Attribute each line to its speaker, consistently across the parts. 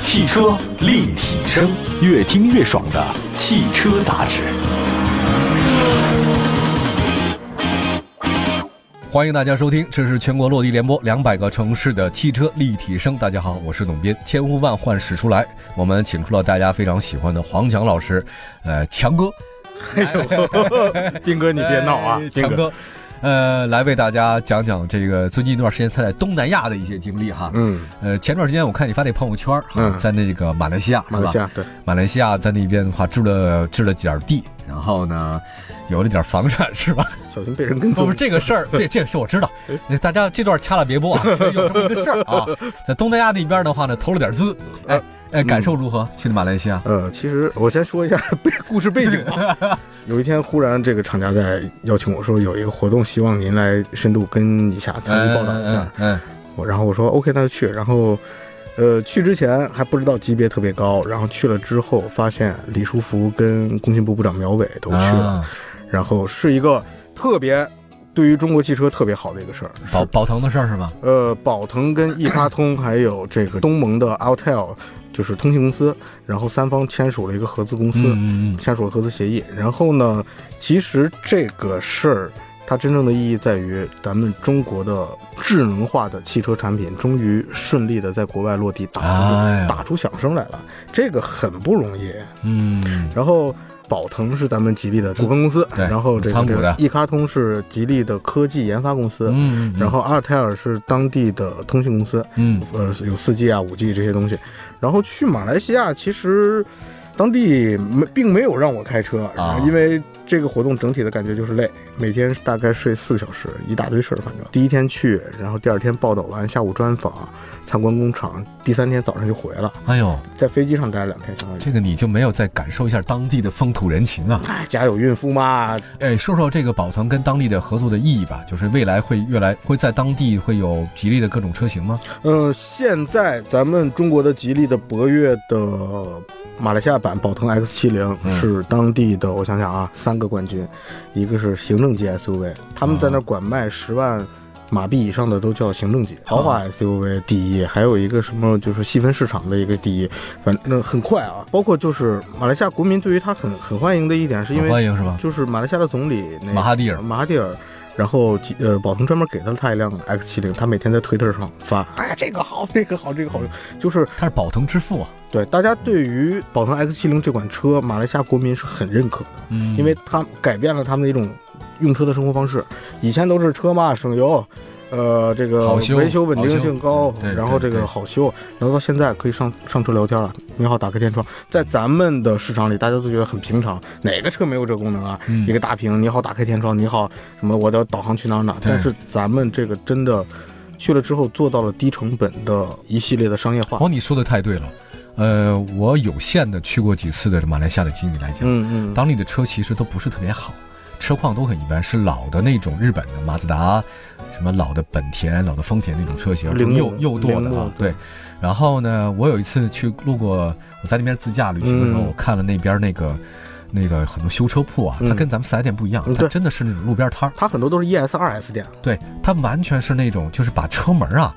Speaker 1: 汽车立体声，越听越爽的汽车杂 志。
Speaker 2: 欢迎大家收听，这是全国落地联播两百个城市的汽车立体声。大家好，我是董斌。千呼万唤始出来，我们请出了大家非常喜欢的黄强老师，呃，强哥，
Speaker 3: 哎呦，斌哥你别闹啊
Speaker 2: 哎，
Speaker 3: 斌
Speaker 2: 强
Speaker 3: 哥，
Speaker 2: 哥，呃，来为大家讲讲这个最近一段时间他在东南亚的一些经历哈。
Speaker 3: 嗯，
Speaker 2: 呃，前段时间我看你发那朋友圈儿，
Speaker 3: 嗯
Speaker 2: 在那个马来西亚，
Speaker 3: 马来西
Speaker 2: 是吧，
Speaker 3: 亚对，
Speaker 2: 马来西亚在那边的话置了置了点儿地，然后呢，有了点儿房产是吧？
Speaker 3: 小心被人跟
Speaker 2: 不
Speaker 3: 踪
Speaker 2: 不，。这个 事儿，这这个事儿我知道，大家这段掐了别 播啊，有这么一个事儿 啊，在东南亚那边的话呢，投了点资，哎哎，感受如何？去的马来西亚，
Speaker 3: 呃，其实我先说一下背故事背景吧。 有一天忽然这个厂家在邀请我说有一个活动，希望您来深度跟一下，参与报道一下。
Speaker 2: 嗯，嗯，
Speaker 3: 我然后我说 OK，那就去。然后，呃，去之前还不知道级别特别高，然后去了之后发现李书福跟工信部部长苗伟都
Speaker 2: 嗯
Speaker 3: 去了，，然后是一个特别对于中国汽车特别好的一个事儿，是
Speaker 2: 宝宝腾的事儿是吧？
Speaker 3: 呃，宝腾跟易发通还有这个东盟的 Altel，就是通信公司，然后三方签署了一个合资公司，
Speaker 2: 嗯嗯
Speaker 3: 签署了合资协议。然后呢，其实这个事儿它真正的意义在于，咱们中国的智能化的汽车产品终于顺利的在国外落地打出、
Speaker 2: 哎呀
Speaker 3: 打出响声来了，这个很不容易。
Speaker 2: 嗯嗯，
Speaker 3: 然后。宝腾是咱们吉利的股份公司，
Speaker 2: 对
Speaker 3: 然后这
Speaker 2: 参
Speaker 3: 个
Speaker 2: 股
Speaker 3: 这
Speaker 2: 的
Speaker 3: 个易卡通是吉利的科技研发公司，
Speaker 2: 嗯，嗯
Speaker 3: 然后阿尔泰尔是当地的通讯公司，
Speaker 2: 嗯
Speaker 3: 呃，有4 G 啊、5 G 这些东西。然后去马来西亚，其实当地没并没有让我开车，
Speaker 2: 啊
Speaker 3: 因为这个活动整体的感觉就是累，每天大概睡四个小时，一大堆事儿，反正第一天去，然后第二天报道完，下午专访，参观工厂，第三天早上就回了，
Speaker 2: 哎呦，
Speaker 3: 在飞机上待了两天，相当于。
Speaker 2: 这个你就没有再感受一下当地的风土人情啊？
Speaker 3: 哎，家有孕妇嘛，
Speaker 2: 哎，说说这个宝腾跟当地的合作的意义吧，就是未来会越来会在当地会有吉利的各种车型吗？
Speaker 3: 呃，现在咱们中国的吉利的博越的马来西亚版宝腾 X 七零
Speaker 2: 嗯
Speaker 3: 是当地的，我想想啊，三个冠军，一个是行政级 SUV，他们在那儿管卖十万。马币以上的都叫行政级，豪华 SUV 第一，还有一个什么就是细分市场的一个第一，反正很快啊。包括就是马来西亚国民对于它很很欢迎的一点，是因
Speaker 2: 很
Speaker 3: 为
Speaker 2: 欢迎是吧？
Speaker 3: 就是马来西亚的总理那
Speaker 2: 马哈蒂尔
Speaker 3: 马哈蒂尔。然后吉，呃，宝腾专门给了他一辆 X 七零，他每天在推特上发，哎呀，这个好，这个好，这个好，就是
Speaker 2: 他是宝腾之父啊，
Speaker 3: 对大家对于宝腾 X 七零这款车，马来西亚国民是很认可的，
Speaker 2: 嗯，
Speaker 3: 因为它改变了他们的一种用车的生活方式。以前都是车嘛，省油，呃，这个
Speaker 2: 好修
Speaker 3: 维修稳定性
Speaker 2: 好
Speaker 3: 高
Speaker 2: 修嗯对，
Speaker 3: 然后
Speaker 2: 对
Speaker 3: 这个
Speaker 2: 对
Speaker 3: 好修，然后到现在可以上上车聊天了。你好，打开天窗，在咱们的市场里，大家都觉得很平常，哪个车没有这功能啊？
Speaker 2: 嗯
Speaker 3: 一个大屏，你好，打开天窗，你好，什么我的导航去哪儿哪儿。
Speaker 2: 对
Speaker 3: 但是咱们这个真的去了之后，做到了低成本的一系列的商业化。
Speaker 2: 哦，你说的太对了，呃，我有限的去过几次的马来西亚的经历来讲，
Speaker 3: 嗯嗯，
Speaker 2: 当地的车其实都不是特别好，车况都很一般，是老的那种日本的马自达，什么老的本田、老的丰田那种车型，
Speaker 3: 铃木
Speaker 2: 右右舵的
Speaker 3: 铃
Speaker 2: 啊
Speaker 3: 木，
Speaker 2: 对。然后呢，我有一次去路过，我在那边自驾旅行的时候，
Speaker 3: 嗯
Speaker 2: 我看了那边那个那个很多修车铺啊，
Speaker 3: 嗯
Speaker 2: 它跟咱们四 S 店不一样，
Speaker 3: 嗯
Speaker 2: 它
Speaker 3: 对
Speaker 2: 真的是那种路边摊儿，
Speaker 3: 它很多都是 ES 二 S 店，
Speaker 2: 对，它完全是那种就是把车门啊。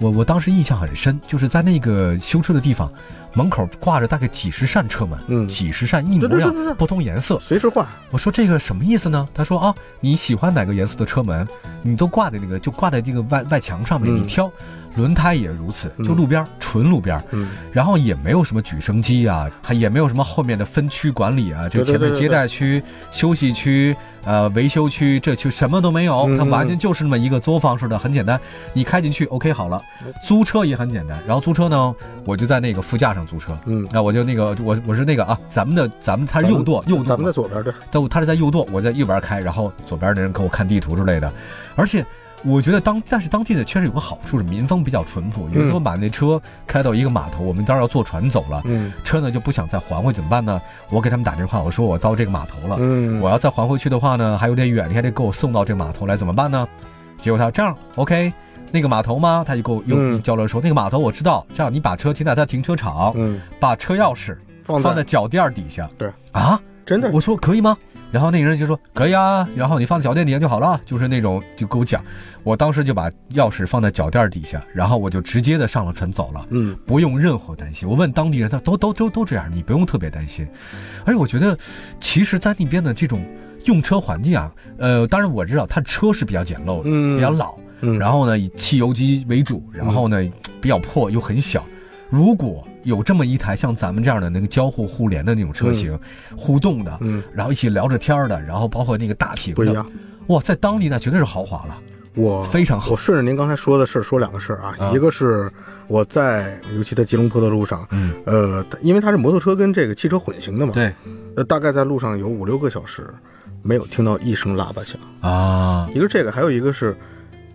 Speaker 2: 我我当时印象很深，就是在那个修车的地方，门口挂着大概几十扇车门，
Speaker 3: 嗯
Speaker 2: 几十扇一模
Speaker 3: 对对
Speaker 2: 一样
Speaker 3: 对对对，
Speaker 2: 不同颜色，
Speaker 3: 随时换。
Speaker 2: 我说这个什么意思呢？他说啊，你喜欢哪个颜色的车门，你都挂在那个就挂在这个外外墙上面，
Speaker 3: 嗯
Speaker 2: 你挑。轮胎也如此，就路边儿、纯路边儿，
Speaker 3: 嗯，
Speaker 2: 然后也没有什么举升机啊，还也没有什么后面的分区管理啊，就
Speaker 3: 对对
Speaker 2: 前面
Speaker 3: 对对
Speaker 2: 接待区、休息区、呃维修区这区什么都没有，
Speaker 3: 嗯
Speaker 2: 它完全
Speaker 3: 嗯
Speaker 2: 就是那么一个作坊式的，很简单。你开进去，OK 好了。
Speaker 3: 嗯
Speaker 2: 租车也很简单，然后租车呢，我就在那个副驾上租车，
Speaker 3: 嗯
Speaker 2: 那我就那个我我是那个啊，咱们的咱们它是右舵右舵
Speaker 3: 咱们
Speaker 2: 嘛
Speaker 3: 在左边对，
Speaker 2: 但我他是在右舵，我在右边开，然后左边的人给我看地图之类的。而且我觉得当但是当地的确实有个好处是民风比较淳朴。
Speaker 3: 嗯
Speaker 2: 有一次我把那车开到一个码头，我们当时要坐船走了，
Speaker 3: 嗯
Speaker 2: 车呢就不想再还回，怎么办呢？我给他们打电话，我说我到这个码头了，
Speaker 3: 嗯，
Speaker 2: 啊我要再还回去的话呢，还有点远，你还得给我送到这码头来，怎么办呢？结果他说这样，OK，那个码头吗？他就给我又
Speaker 3: 嗯
Speaker 2: 交流说那个码头我知道，这样你把车停在他停车场，
Speaker 3: 嗯
Speaker 2: 把车钥匙
Speaker 3: 放
Speaker 2: 放
Speaker 3: 在
Speaker 2: 在脚垫儿底下。
Speaker 3: 对
Speaker 2: 啊，
Speaker 3: 真的
Speaker 2: 我说可以吗？然后那个人就说可以啊，然后你放脚垫底下就好了，就是那种就给我讲，我当时就把钥匙放在脚垫底下，然后我就直接的上了船走了。
Speaker 3: 嗯，
Speaker 2: 不用任何担心。我问当地人，他都都都都这样，你不用特别担心。而且我觉得，其实，在那边的这种用车环境啊，呃，当然我知道它车是比较简陋的，
Speaker 3: 嗯
Speaker 2: 比较老，
Speaker 3: 嗯
Speaker 2: 然后呢以汽油机为主，然后呢比较破又很小。如果有这么一台像咱们这样的那个交互互联的那种车型，互动的，
Speaker 3: 嗯
Speaker 2: 然后一起聊着天儿的，然后包括那个大屏的，
Speaker 3: 不一样。
Speaker 2: 哇，在当地那绝对是豪华了，
Speaker 3: 我
Speaker 2: 非常好
Speaker 3: 我顺着您刚才说的事儿说两个事儿啊，
Speaker 2: 啊
Speaker 3: 一个是我在尤其在吉隆坡的路上，
Speaker 2: 嗯，
Speaker 3: 呃，因为它是摩托车跟这个汽车混行的嘛，，
Speaker 2: 对
Speaker 3: 呃，大概在路上有五六个小时，没有听到一声喇叭响。
Speaker 2: 啊，
Speaker 3: 一个是这个，还有一个是。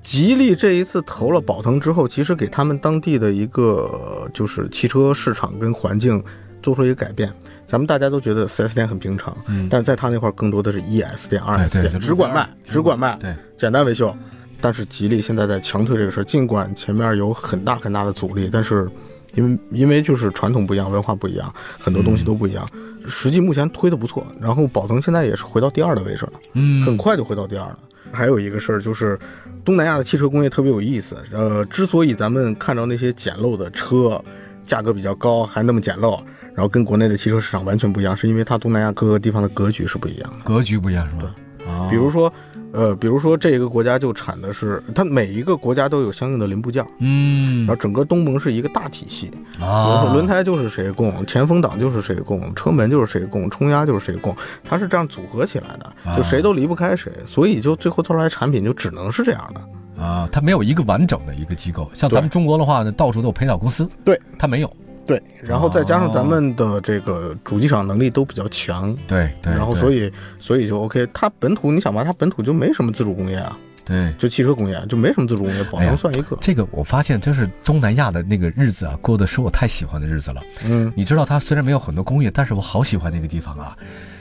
Speaker 3: 吉利这一次投了宝腾之后，其实给他们当地的一个呃就是汽车市场跟环境做出了一个改变。咱们大家都觉得 4S 店很平常，
Speaker 2: 嗯
Speaker 3: 但是在他那块儿更多的是 ES 店、
Speaker 2: 对
Speaker 3: 2S
Speaker 2: 对，
Speaker 3: 店，只管卖，只管卖，
Speaker 2: 对。
Speaker 3: 简单维修。但是吉利现在在强推这个事儿，尽管前面有很大很大的阻力，但是因为因为就是传统不一样，文化不一样，很多东
Speaker 2: 嗯
Speaker 3: 西都不一样。实际目前推的不错，然后宝腾现在也是回到第二的位置了，
Speaker 2: 嗯，
Speaker 3: 很快就回到第二了。还有一个事儿就是，东南亚的汽车工业特别有意思。呃，之所以咱们看到那些简陋的车，价格比较高，还那么简陋，然后跟国内的汽车市场完全不一样，是因为它东南亚各个地方的格局是不一样的。
Speaker 2: 格局不一样是吧？啊
Speaker 3: 比如说，呃，比如说这个国家就产的是，它每一个国家都有相应的零部件，
Speaker 2: 嗯
Speaker 3: 然后整个东盟是一个大体系，比如
Speaker 2: 啊，
Speaker 3: 说轮胎就是谁供，前风挡就是谁供，车门就是谁供，冲压就是谁供，它是这样组合起来
Speaker 2: 啊
Speaker 3: 的，就谁都离不开谁，所以就最后做出来的产品就只能是这样的。
Speaker 2: 啊，它没有一个完整的一个机构，像咱们中国的话呢，到处都有陪跑公司，
Speaker 3: 对，
Speaker 2: 它没有，
Speaker 3: 对，然后再加上
Speaker 2: 哦
Speaker 3: 咱们的这个主机厂能力都比较强，
Speaker 2: 对对，
Speaker 3: 然后
Speaker 2: 对
Speaker 3: 所以所以就 OK，它本土你想吧，它本土就没什么自主工业啊，
Speaker 2: 对。
Speaker 3: 就汽车工业啊就没什么自主工业，宝
Speaker 2: 哎呀
Speaker 3: 能算一个，
Speaker 2: 这个我发现，真是东南亚的那个日子啊，过得是我太喜欢的日子了。
Speaker 3: 嗯。
Speaker 2: 你知道，它虽然没有很多工业，但是我好喜欢那个地方啊。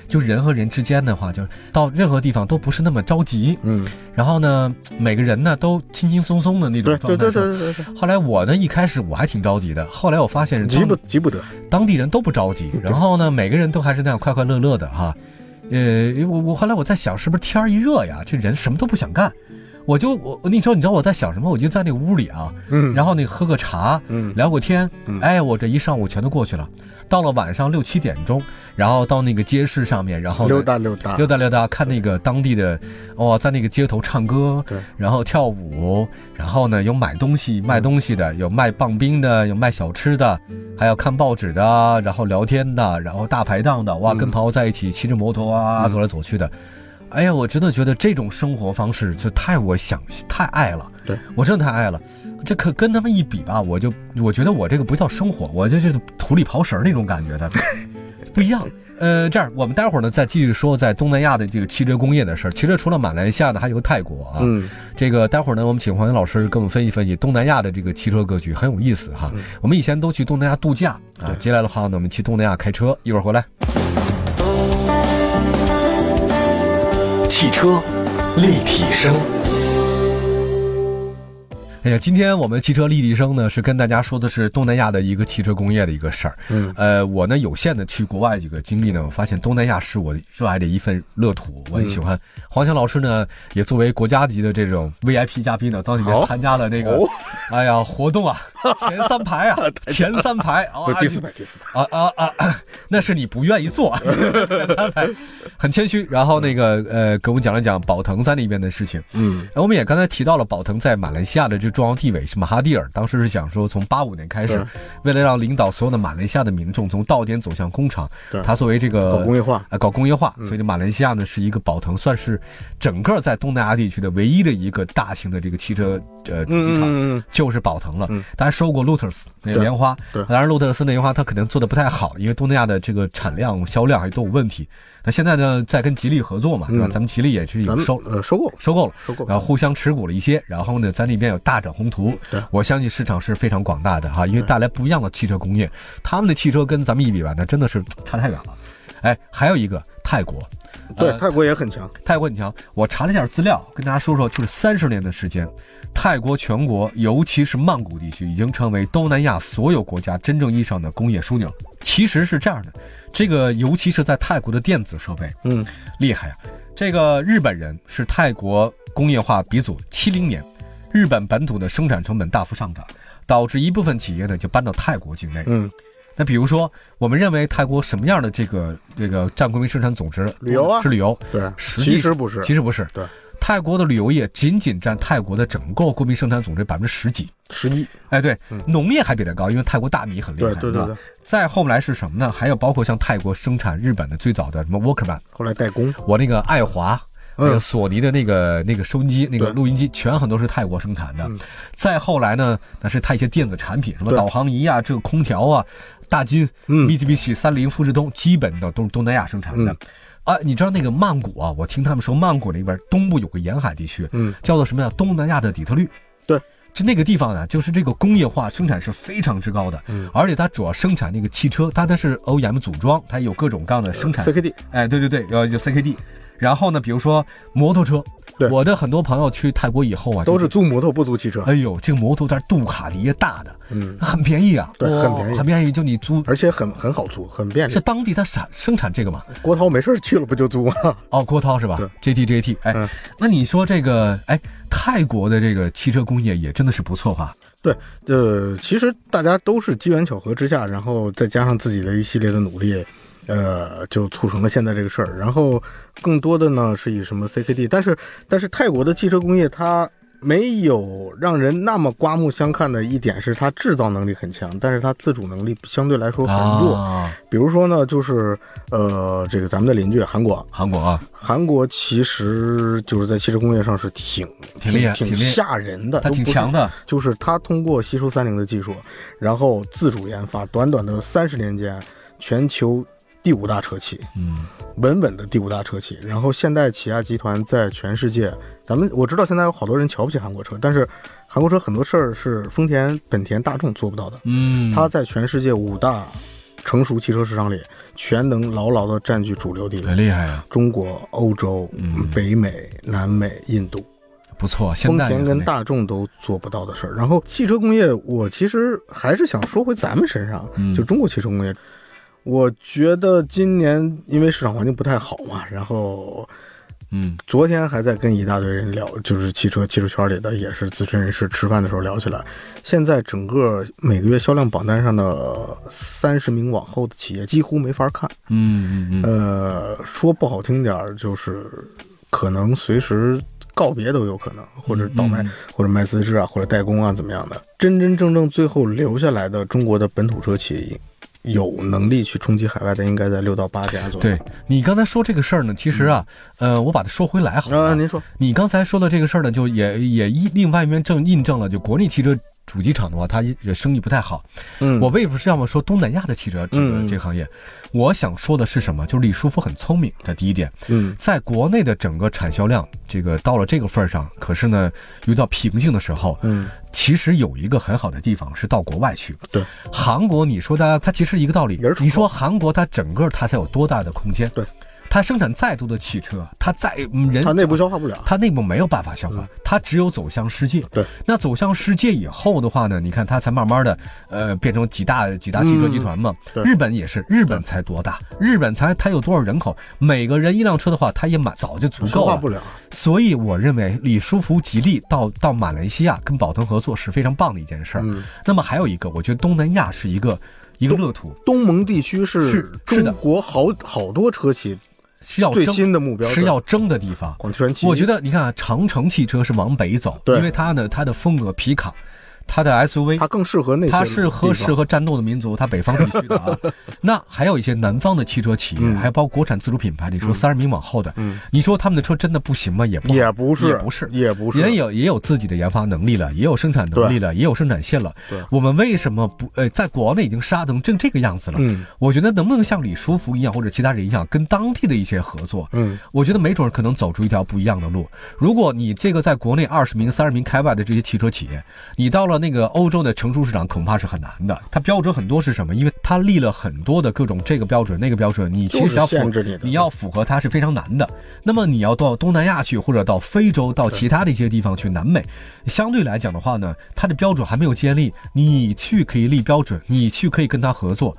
Speaker 2: 就人和人之间的话，就是到任何地方都不是那么着急，
Speaker 3: 嗯，
Speaker 2: 然后呢，每个人呢都轻轻松松的那种
Speaker 3: 对
Speaker 2: 状态。
Speaker 3: 对对对。对对，
Speaker 2: 后来我呢，一开始我还挺着急的，后来我发现是
Speaker 3: 急不急不得，
Speaker 2: 当地人都不着急，然后呢，每个人都还是那样快快乐乐的哈。呃，我我后来我在想，是不是天儿一热呀，这人什么都不想干？我就我我那时候你知道我在想什么？我就在那个屋里啊，
Speaker 3: 嗯
Speaker 2: 然后那喝个茶，
Speaker 3: 嗯
Speaker 2: 聊个天
Speaker 3: 嗯，
Speaker 2: 哎，我这一上午全都过去了。到了晚上六七点钟，然后到那个街市上面，然后呢
Speaker 3: 溜达溜达
Speaker 2: 溜，达溜达，看那个当地的，哇、在那个街头唱歌，
Speaker 3: 对，
Speaker 2: 然后跳舞，然后呢有买东西卖东西
Speaker 3: 嗯
Speaker 2: 的，有卖棒冰的，有卖小吃的，还有看报纸的，然后聊天的，然后大排档的，哇，
Speaker 3: 嗯
Speaker 2: 跟朋友在一起骑着摩托啊、
Speaker 3: 嗯
Speaker 2: 走来走去的。哎呀，我真的觉得这种生活方式就太我想太爱了，
Speaker 3: 对
Speaker 2: 我真的太爱了。这可跟他们一比吧，我就我觉得我这个不叫生活，我就是土里刨食儿那种感觉的，不一样。呃，这样我们待会儿呢再继续说在东南亚的这个汽车工业的事儿。其实除了马来西亚呢，还有个泰国啊。
Speaker 3: 嗯，
Speaker 2: 这个待会儿呢，我们请黄岩老师跟我们分析分析东南亚的这个汽车格局，很有意思哈。我们以前都去东南亚度假啊，接下来的话呢，我们去东南亚开车，一会儿回来。
Speaker 1: 汽车立体声，
Speaker 2: 哎呀，今天我们汽车立体声呢，是跟大家说的是东南亚的一个汽车工业的一个事儿。
Speaker 3: 嗯，
Speaker 2: 呃，我呢有限的去国外这个经历呢，我发现东南亚是我热爱的一份乐土，我很
Speaker 3: 嗯
Speaker 2: 喜欢。黄强老师呢，也作为国家级的这种 VIP 嘉宾呢，到里面
Speaker 3: 哦
Speaker 2: 参加了那个，
Speaker 3: 哦
Speaker 2: 哎呀活动 啊，前三排啊，前三排啊，
Speaker 3: 第四排第四排，
Speaker 2: 啊啊啊啊！那是你不愿意做， 很谦虚。然后那个呃，给我们讲了讲宝腾在那边的事情。
Speaker 3: 嗯
Speaker 2: 然后我们也刚才提到了宝腾在马来西亚的这重要地位是马哈蒂尔，当时是想说从八五年开始为
Speaker 3: 对，
Speaker 2: 了让领导所有的马来西亚的民众从稻田走向工厂
Speaker 3: 对，
Speaker 2: 他作为这个
Speaker 3: 搞工业化嗯
Speaker 2: 呃，搞工业化，所以马来西亚呢是一个宝腾算是整个在东南亚地区的唯一的一个大型的这个汽车呃主机厂。
Speaker 3: 嗯嗯
Speaker 2: 就是宝腾了
Speaker 3: 嗯。
Speaker 2: 大家收过路特斯那个莲花，
Speaker 3: 对
Speaker 2: 当然路特斯那莲花它可能做的不太好，因为东南亚的这个产量、销量还都有问题。那现在呢，在跟吉利合作嘛，对吧？
Speaker 3: 嗯
Speaker 2: 咱们吉利也是
Speaker 3: 嗯，咱
Speaker 2: 有
Speaker 3: 们
Speaker 2: 收
Speaker 3: 呃收购了
Speaker 2: 收购了。
Speaker 3: 收购了，
Speaker 2: 然后互相持股了一些，然后呢，在那边有大展宏图
Speaker 3: 对。
Speaker 2: 我相信市场是非常广大的哈，因为带来不一样的汽车工业，他们的汽车跟咱们一比吧，那真的是差太远了。哎，还有一个泰国，
Speaker 3: 对
Speaker 2: 呃，
Speaker 3: 泰国也很强，
Speaker 2: 泰国，你瞧，我查了一下资料，跟大家说说，就是三十年的时间，泰国全国，尤其是曼谷地区，已经成为东南亚所有国家真正意义上的工业枢纽。其实是这样的，这个尤其是在泰国的电子设备
Speaker 3: 嗯，
Speaker 2: 厉害啊！这个日本人是泰国工业化鼻祖，七零年，日本本土的生产成本大幅上涨，导致一部分企业呢就搬到泰国境内。
Speaker 3: 嗯，
Speaker 2: 那比如说，我们认为泰国什么样的这个这个占国民生产总值？
Speaker 3: 旅游啊
Speaker 2: 是旅游，
Speaker 3: 对，
Speaker 2: 实际
Speaker 3: 其实不是，
Speaker 2: 其实不是，
Speaker 3: 对，
Speaker 2: 泰国的旅游业仅仅占泰国的整个国民生产总值百分之十几。
Speaker 3: 十一，
Speaker 2: 哎，对
Speaker 3: 嗯，
Speaker 2: 农业还比它高，因为泰国大米很厉害，
Speaker 3: 对对
Speaker 2: 是吧
Speaker 3: 对对，
Speaker 2: 再后来是什么呢？还有包括像泰国生产日本的最早的什么 Walkman，
Speaker 3: 后来代工，
Speaker 2: 我那个爱华。
Speaker 3: 嗯
Speaker 2: 那个索尼的那个那个收音机、那个
Speaker 3: 对
Speaker 2: 录音机，全很多是泰国生产的
Speaker 3: 嗯。
Speaker 2: 再后来呢，那是它一些电子产品，什么
Speaker 3: 对
Speaker 2: 导航仪啊、这个空调啊、大金、
Speaker 3: 嗯
Speaker 2: 米，其比奇、三菱、富士通，基本的都是东南亚生产的
Speaker 3: 嗯。
Speaker 2: 啊，你知道那个曼谷啊？我听他们说，曼谷那边东部有个沿海地区，
Speaker 3: 嗯，
Speaker 2: 叫做什么呀？东南亚的底特律。
Speaker 3: 对，
Speaker 2: 就那个地方呢，啊就是这个工业化生产是非常之高的，
Speaker 3: 嗯
Speaker 2: 而且它主要生产那个汽车，它它是 OEM 组装，它有各种各样的生产
Speaker 3: CKD，
Speaker 2: 哎，对对对，呃，就 CKD。然后呢，比如说摩托车，
Speaker 3: 对
Speaker 2: 我的很多朋友去泰国以后啊，
Speaker 3: 都
Speaker 2: 就是
Speaker 3: 租摩托不租汽车，
Speaker 2: 哎呦，这个摩托它是杜卡迪大的，
Speaker 3: 嗯，
Speaker 2: 很便宜啊，
Speaker 3: 对
Speaker 2: 哇
Speaker 3: 很便宜
Speaker 2: 很便宜。就你租，
Speaker 3: 而且很很好租，很便利
Speaker 2: 是。当地它产生产这个嘛？
Speaker 3: 郭涛没事儿去了不就租吗？
Speaker 2: 哦，郭涛是吧？JT JT，哎，
Speaker 3: 嗯
Speaker 2: 那你说这个，哎，泰国的这个汽车工业也真的是不错哈。
Speaker 3: 对，呃，其实大家都是机缘巧合之下，然后再加上自己的一系列的努力，呃，就促成了现在这个事儿。然后更多的呢是以什么 CKD，但是但是泰国的汽车工业它没有让人那么刮目相看的一点是它制造能力很强，但是它自主能力相对来说很弱。
Speaker 2: 啊，
Speaker 3: 比如说呢，就是呃，这个咱们的邻居韩国，
Speaker 2: 韩国啊，
Speaker 3: 韩国其实就是在汽车工业上是挺
Speaker 2: 挺厉害
Speaker 3: 挺
Speaker 2: 挺厉害
Speaker 3: 吓人的，
Speaker 2: 它
Speaker 3: 都
Speaker 2: 挺
Speaker 3: 不是
Speaker 2: 强的，
Speaker 3: 就是他通过吸收三菱的技术，然后自主研发，短短的三十年间，全球第五大车企，
Speaker 2: 嗯，
Speaker 3: 稳稳的第五大车企。然后现代起亚集团在全世界，咱们我知道现在有好多人瞧不起韩国车，但是韩国车很多事儿是丰田、本田、大众做不到的。
Speaker 2: 嗯，
Speaker 3: 它在全世界五大成熟汽车市场里，全能牢牢的占据主流地
Speaker 2: 很
Speaker 3: 位。
Speaker 2: 厉害啊，
Speaker 3: 中国、欧洲、
Speaker 2: 嗯
Speaker 3: 北美、南美、印度，
Speaker 2: 不错。现
Speaker 3: 丰
Speaker 2: 在
Speaker 3: 田
Speaker 2: 也
Speaker 3: 跟
Speaker 2: 很
Speaker 3: 大众都做不到的事儿。然后汽车工业，我其实还是想说回咱们身上，
Speaker 2: 嗯
Speaker 3: 就中国汽车工业，我觉得今年因为市场环境不太好嘛，然后
Speaker 2: 嗯
Speaker 3: 昨天还在跟一大堆人聊，就是汽车汽车圈里的也是资深人士吃饭的时候聊起来，现在整个每个月销量榜单上的三十名往后的企业几乎没法看。
Speaker 2: 嗯嗯嗯，
Speaker 3: 呃，说不好听点儿，就是可能随时告别都有可能，或者倒卖，
Speaker 2: 嗯
Speaker 3: 或者卖资质啊，或者代工啊，怎么样的？真真正正最后留下来的中国的本土车企，有能力去冲击海外的，应该在六到八家左右。
Speaker 2: 对你刚才说这个事儿呢，其实啊，呃，我把它说回来好
Speaker 3: 啊、
Speaker 2: 了。
Speaker 3: 您说，
Speaker 2: 你刚才说的这个事儿呢，就也也一另外一面正印证了，就国内汽车主机厂的话，它也生意不太好。
Speaker 3: 嗯，
Speaker 2: 我为什么说东南亚的汽车这个
Speaker 3: 嗯
Speaker 2: 这个行业？我想说的是什么？就是李书福很聪明，这第一点。
Speaker 3: 嗯
Speaker 2: 在国内的整个产销量，这个到了这个份儿上，可是呢，遇到瓶颈的时候，
Speaker 3: 嗯，
Speaker 2: 其实有一个很好的地方是到国外去。
Speaker 3: 对，
Speaker 2: 韩国，你说它，它其实一个道理
Speaker 3: 也是出。口
Speaker 2: 你说韩国，它整个它才有多大的空间？
Speaker 3: 对，
Speaker 2: 它生产再多的汽车，它再嗯人
Speaker 3: 它内部消化不了。
Speaker 2: 它内部没有办法消化，它只有走向世界。
Speaker 3: 对，
Speaker 2: 那走向世界以后的话呢，你看它才慢慢的，呃，变成几大几大汽车集团嘛。
Speaker 3: 嗯对
Speaker 2: 日本也是，日本才多大？日本才它有多少人口？每个人一辆车的话，它也满早就足
Speaker 3: 消
Speaker 2: 够啊
Speaker 3: 化
Speaker 2: 了
Speaker 3: 不。了，
Speaker 2: 所以我认为李书福吉利到到马来西亚跟宝腾合作是非常棒的一件事儿。
Speaker 3: 嗯，
Speaker 2: 那么还有一个，我觉得东南亚是一个一个乐土，
Speaker 3: 东盟地区是
Speaker 2: 是是
Speaker 3: 中
Speaker 2: 的
Speaker 3: 国好好多车企
Speaker 2: 是要
Speaker 3: 最
Speaker 2: 争
Speaker 3: 新的目标
Speaker 2: 是要争的地方。
Speaker 3: 广汽传祺，
Speaker 2: 我觉得你看啊，长城汽车是往北走，
Speaker 3: 对
Speaker 2: 因为它呢，它的风格皮卡，它的 SUV，
Speaker 3: 它更适合那些
Speaker 2: 它是合
Speaker 3: 地方
Speaker 2: 适合战斗的民族，它北方地区的 啊。那还有一些南方的汽车企业，
Speaker 3: 嗯
Speaker 2: 还包括国产自主品牌，你说三十名往后的，
Speaker 3: 嗯
Speaker 2: 你说他们的车真的不行吗？也不
Speaker 3: 也
Speaker 2: 也
Speaker 3: 不是，
Speaker 2: 不是。
Speaker 3: 也不是，
Speaker 2: 人有也有自己的研发能力了，也有生产能力了，也有生产线了
Speaker 3: 对。
Speaker 2: 我们为什么不呃，在国内已经杀成这这个样子了？
Speaker 3: 嗯
Speaker 2: 我觉得能不能像李书福一样，或者其他人一样，跟当地的一些合作？
Speaker 3: 嗯
Speaker 2: 我觉得没准儿可能走出一条不一样的路。如果你这个在国内二十名、三十名开外的这些汽车企业，你到了了那个欧洲的成熟市场，恐怕是很难的。它标准很多是什么？因为它立了很多的各种这个标准、那个标准，你其
Speaker 3: 就
Speaker 2: 实
Speaker 3: 是
Speaker 2: 要符
Speaker 3: 限制你的
Speaker 2: 你要符合它是非常难的。那么你要到东南亚去，或者到非洲、到其他的一些地方去，南美，相对来讲的话呢，它的标准还没有建立，你去可以立标准，你去可以跟它合作。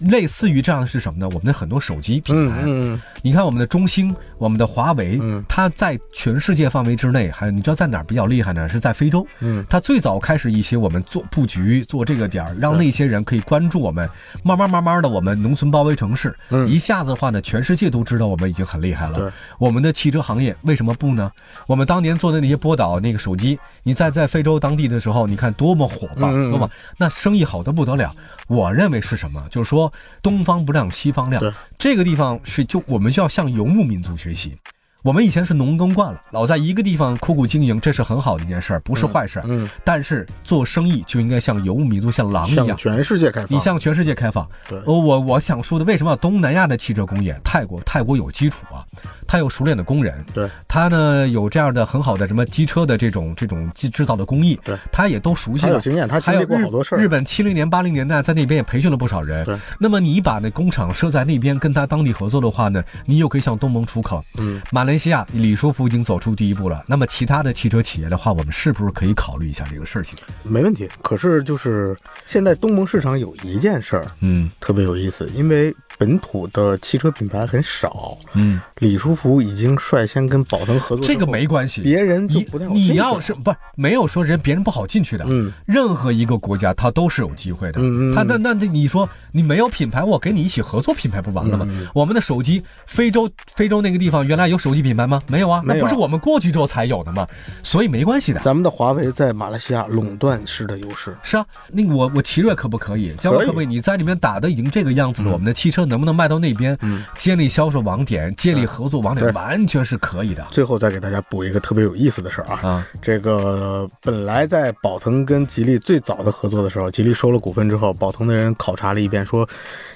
Speaker 2: 类似于这样的是什么呢？我们的很多手机品
Speaker 3: 嗯
Speaker 2: 牌，啊
Speaker 3: 嗯，
Speaker 2: 你看我们的中兴、我们的华为，它在全世界范围之内，还有你知道在哪儿比较厉害呢？是在非洲。
Speaker 3: 嗯，
Speaker 2: 它最早开始一些我们做布局，做这个点儿，让那些人可以关注我们。慢慢慢慢的，我们农村包围城市，一下子的话呢，全世界都知道我们已经很厉害了
Speaker 3: 对。
Speaker 2: 我们的汽车行业为什么不呢？我们当年做的那些波导那个手机，你在在非洲当地的时候，你看多么火爆，
Speaker 3: 嗯嗯嗯
Speaker 2: 多么那生意好的不得了。我认为是什么？就是说东方不亮西方亮
Speaker 3: 对，
Speaker 2: 这个地方是就我们就要向游牧民族学习。我们以前是农耕惯了，老在一个地方苦苦经营，这是很好的一件事儿，不是坏事儿。
Speaker 3: 嗯嗯
Speaker 2: 但是做生意就应该像游牧民族，像狼一样
Speaker 3: 向，全世界开放，
Speaker 2: 你向全世界开放。
Speaker 3: 对
Speaker 2: 我我我想说的，为什么要东南亚的汽车工业？泰国泰国有基础啊，它有熟练的工人，
Speaker 3: 对，
Speaker 2: 它呢有这样的很好的什么机车的这种这种制制造的工艺，
Speaker 3: 对，
Speaker 2: 它也都熟悉
Speaker 3: 他有
Speaker 2: 了。
Speaker 3: 经验，他
Speaker 2: 还有
Speaker 3: 经历过
Speaker 2: 日
Speaker 3: 好多事儿。
Speaker 2: 日本七零年、八零年代在那边也培训了不少人。
Speaker 3: 对，
Speaker 2: 那么你把那工厂设在那边，跟他当地合作的话呢，你又可以向东盟出口。
Speaker 3: 嗯，
Speaker 2: 马来西亚李书福已经走出第一步了。那么其他的汽车企业的话，我们是不是可以考虑一下这个事情？
Speaker 3: 没问题。可是就是现在东盟市场有一件事儿
Speaker 2: 嗯
Speaker 3: 特别有意思，因为本土的汽车品牌很少，
Speaker 2: 嗯，
Speaker 3: 李书福已经率先跟宝腾合作之
Speaker 2: 这
Speaker 3: 后，
Speaker 2: 个没关系，
Speaker 3: 别人就
Speaker 2: 你
Speaker 3: 不太好进去
Speaker 2: 你
Speaker 3: 了
Speaker 2: 要是不是没有说人别人不好进去的，
Speaker 3: 嗯
Speaker 2: 任何一个国家它都是有机会的。
Speaker 3: 嗯嗯嗯
Speaker 2: 它那那这你说你没有品牌，我给你一起合作品牌不完了吗？
Speaker 3: 嗯
Speaker 2: 我们的手机，非洲非洲那个地方原来有手机品牌吗？没有啊，
Speaker 3: 没
Speaker 2: 那
Speaker 3: 有
Speaker 2: 不是我们过去之后才有的吗？所以没关系的。
Speaker 3: 咱们的华为在马来西亚垄断式的优势，
Speaker 2: 是啊，那个我我奇瑞可不可以？将来可不可以？你在里面打的已经这个样子
Speaker 3: 嗯
Speaker 2: 了，我们的汽车能不能卖到那边？建立销售网点，建立合作网点，
Speaker 3: 对
Speaker 2: 完全是可以的
Speaker 3: 最后再给大家补一个特别有意思的事儿啊。
Speaker 2: 啊。
Speaker 3: 这个本来在宝腾跟吉利最早的合作的时候，吉利收了股份之后，宝腾的人考察了一遍，说：“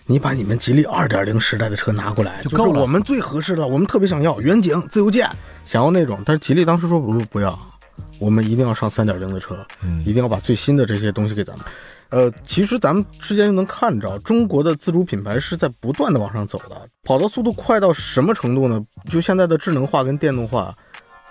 Speaker 3: 你把你们吉利2.0时代的车拿过来，
Speaker 2: 就
Speaker 3: 就
Speaker 2: 够了
Speaker 3: 是我们最合适的，我们特别想要远景、自由舰，想要那种。”但是吉利当时说不不要，我们一定要上3.0的车，
Speaker 2: 嗯
Speaker 3: 一定要把最新的这些东西给咱们。呃，其实咱们之间就能看着，中国的自主品牌是在不断的往上走的，跑的速度快到什么程度呢？就现在的智能化跟电动化，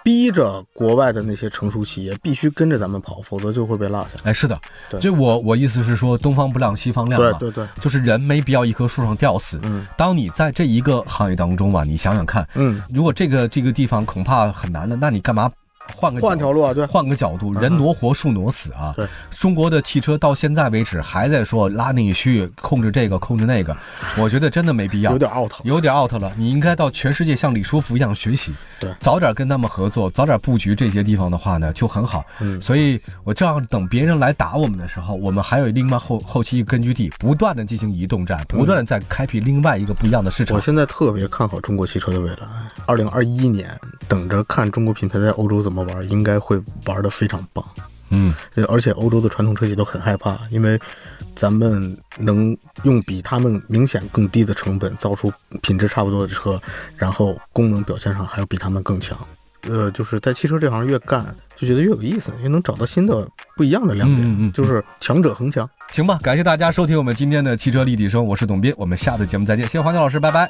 Speaker 3: 逼着国外的那些成熟企业必须跟着咱们跑，否则就会被落下。
Speaker 2: 哎，是的，
Speaker 3: 对
Speaker 2: 就我我意思是说，东方不亮西方亮
Speaker 3: 对
Speaker 2: 嘛，
Speaker 3: 对对，
Speaker 2: 就是人没必要一棵树上吊死。
Speaker 3: 嗯
Speaker 2: 当你在这一个行业当中吧，你想想看，
Speaker 3: 嗯，
Speaker 2: 如果这个这个地方恐怕很难了，那你干嘛换个角
Speaker 3: 换条路啊，对，
Speaker 2: 换个角度，人挪活树挪死啊！
Speaker 3: 对，
Speaker 2: 中国的汽车到现在为止还在说拉内需，控制这个，控制那个，我觉得真的没必要
Speaker 3: 有。点 out。
Speaker 2: 有点 out 了，你应该到全世界像李书福一样学习，
Speaker 3: 对
Speaker 2: 早点跟他们合作，早点布局这些地方的话呢，就很好。
Speaker 3: 嗯
Speaker 2: 所以我这样等别人来打我们的时候，我们还有另外后后期一个根据地，不断的进行移动战，不断的在开辟另外一个不一样的市场
Speaker 3: 我。现在特别看好中国汽车的未来。二零二一年，等着看中国品牌在欧洲怎么玩，应该会玩的非常棒。
Speaker 2: 嗯，
Speaker 3: 呃而且欧洲的传统车企都很害怕，因为咱们能用比他们明显更低的成本造出品质差不多的车，然后功能表现上还要比他们更强。呃，就是在汽车这行越干就觉得越有意思，因为能找到新的不一样的亮点，
Speaker 2: 嗯嗯嗯
Speaker 3: 就是强者恒强。
Speaker 2: 行吧，感谢大家收听我们今天的汽车立体声，我是董斌，我们下次节目再见，谢谢黄江老师，拜拜。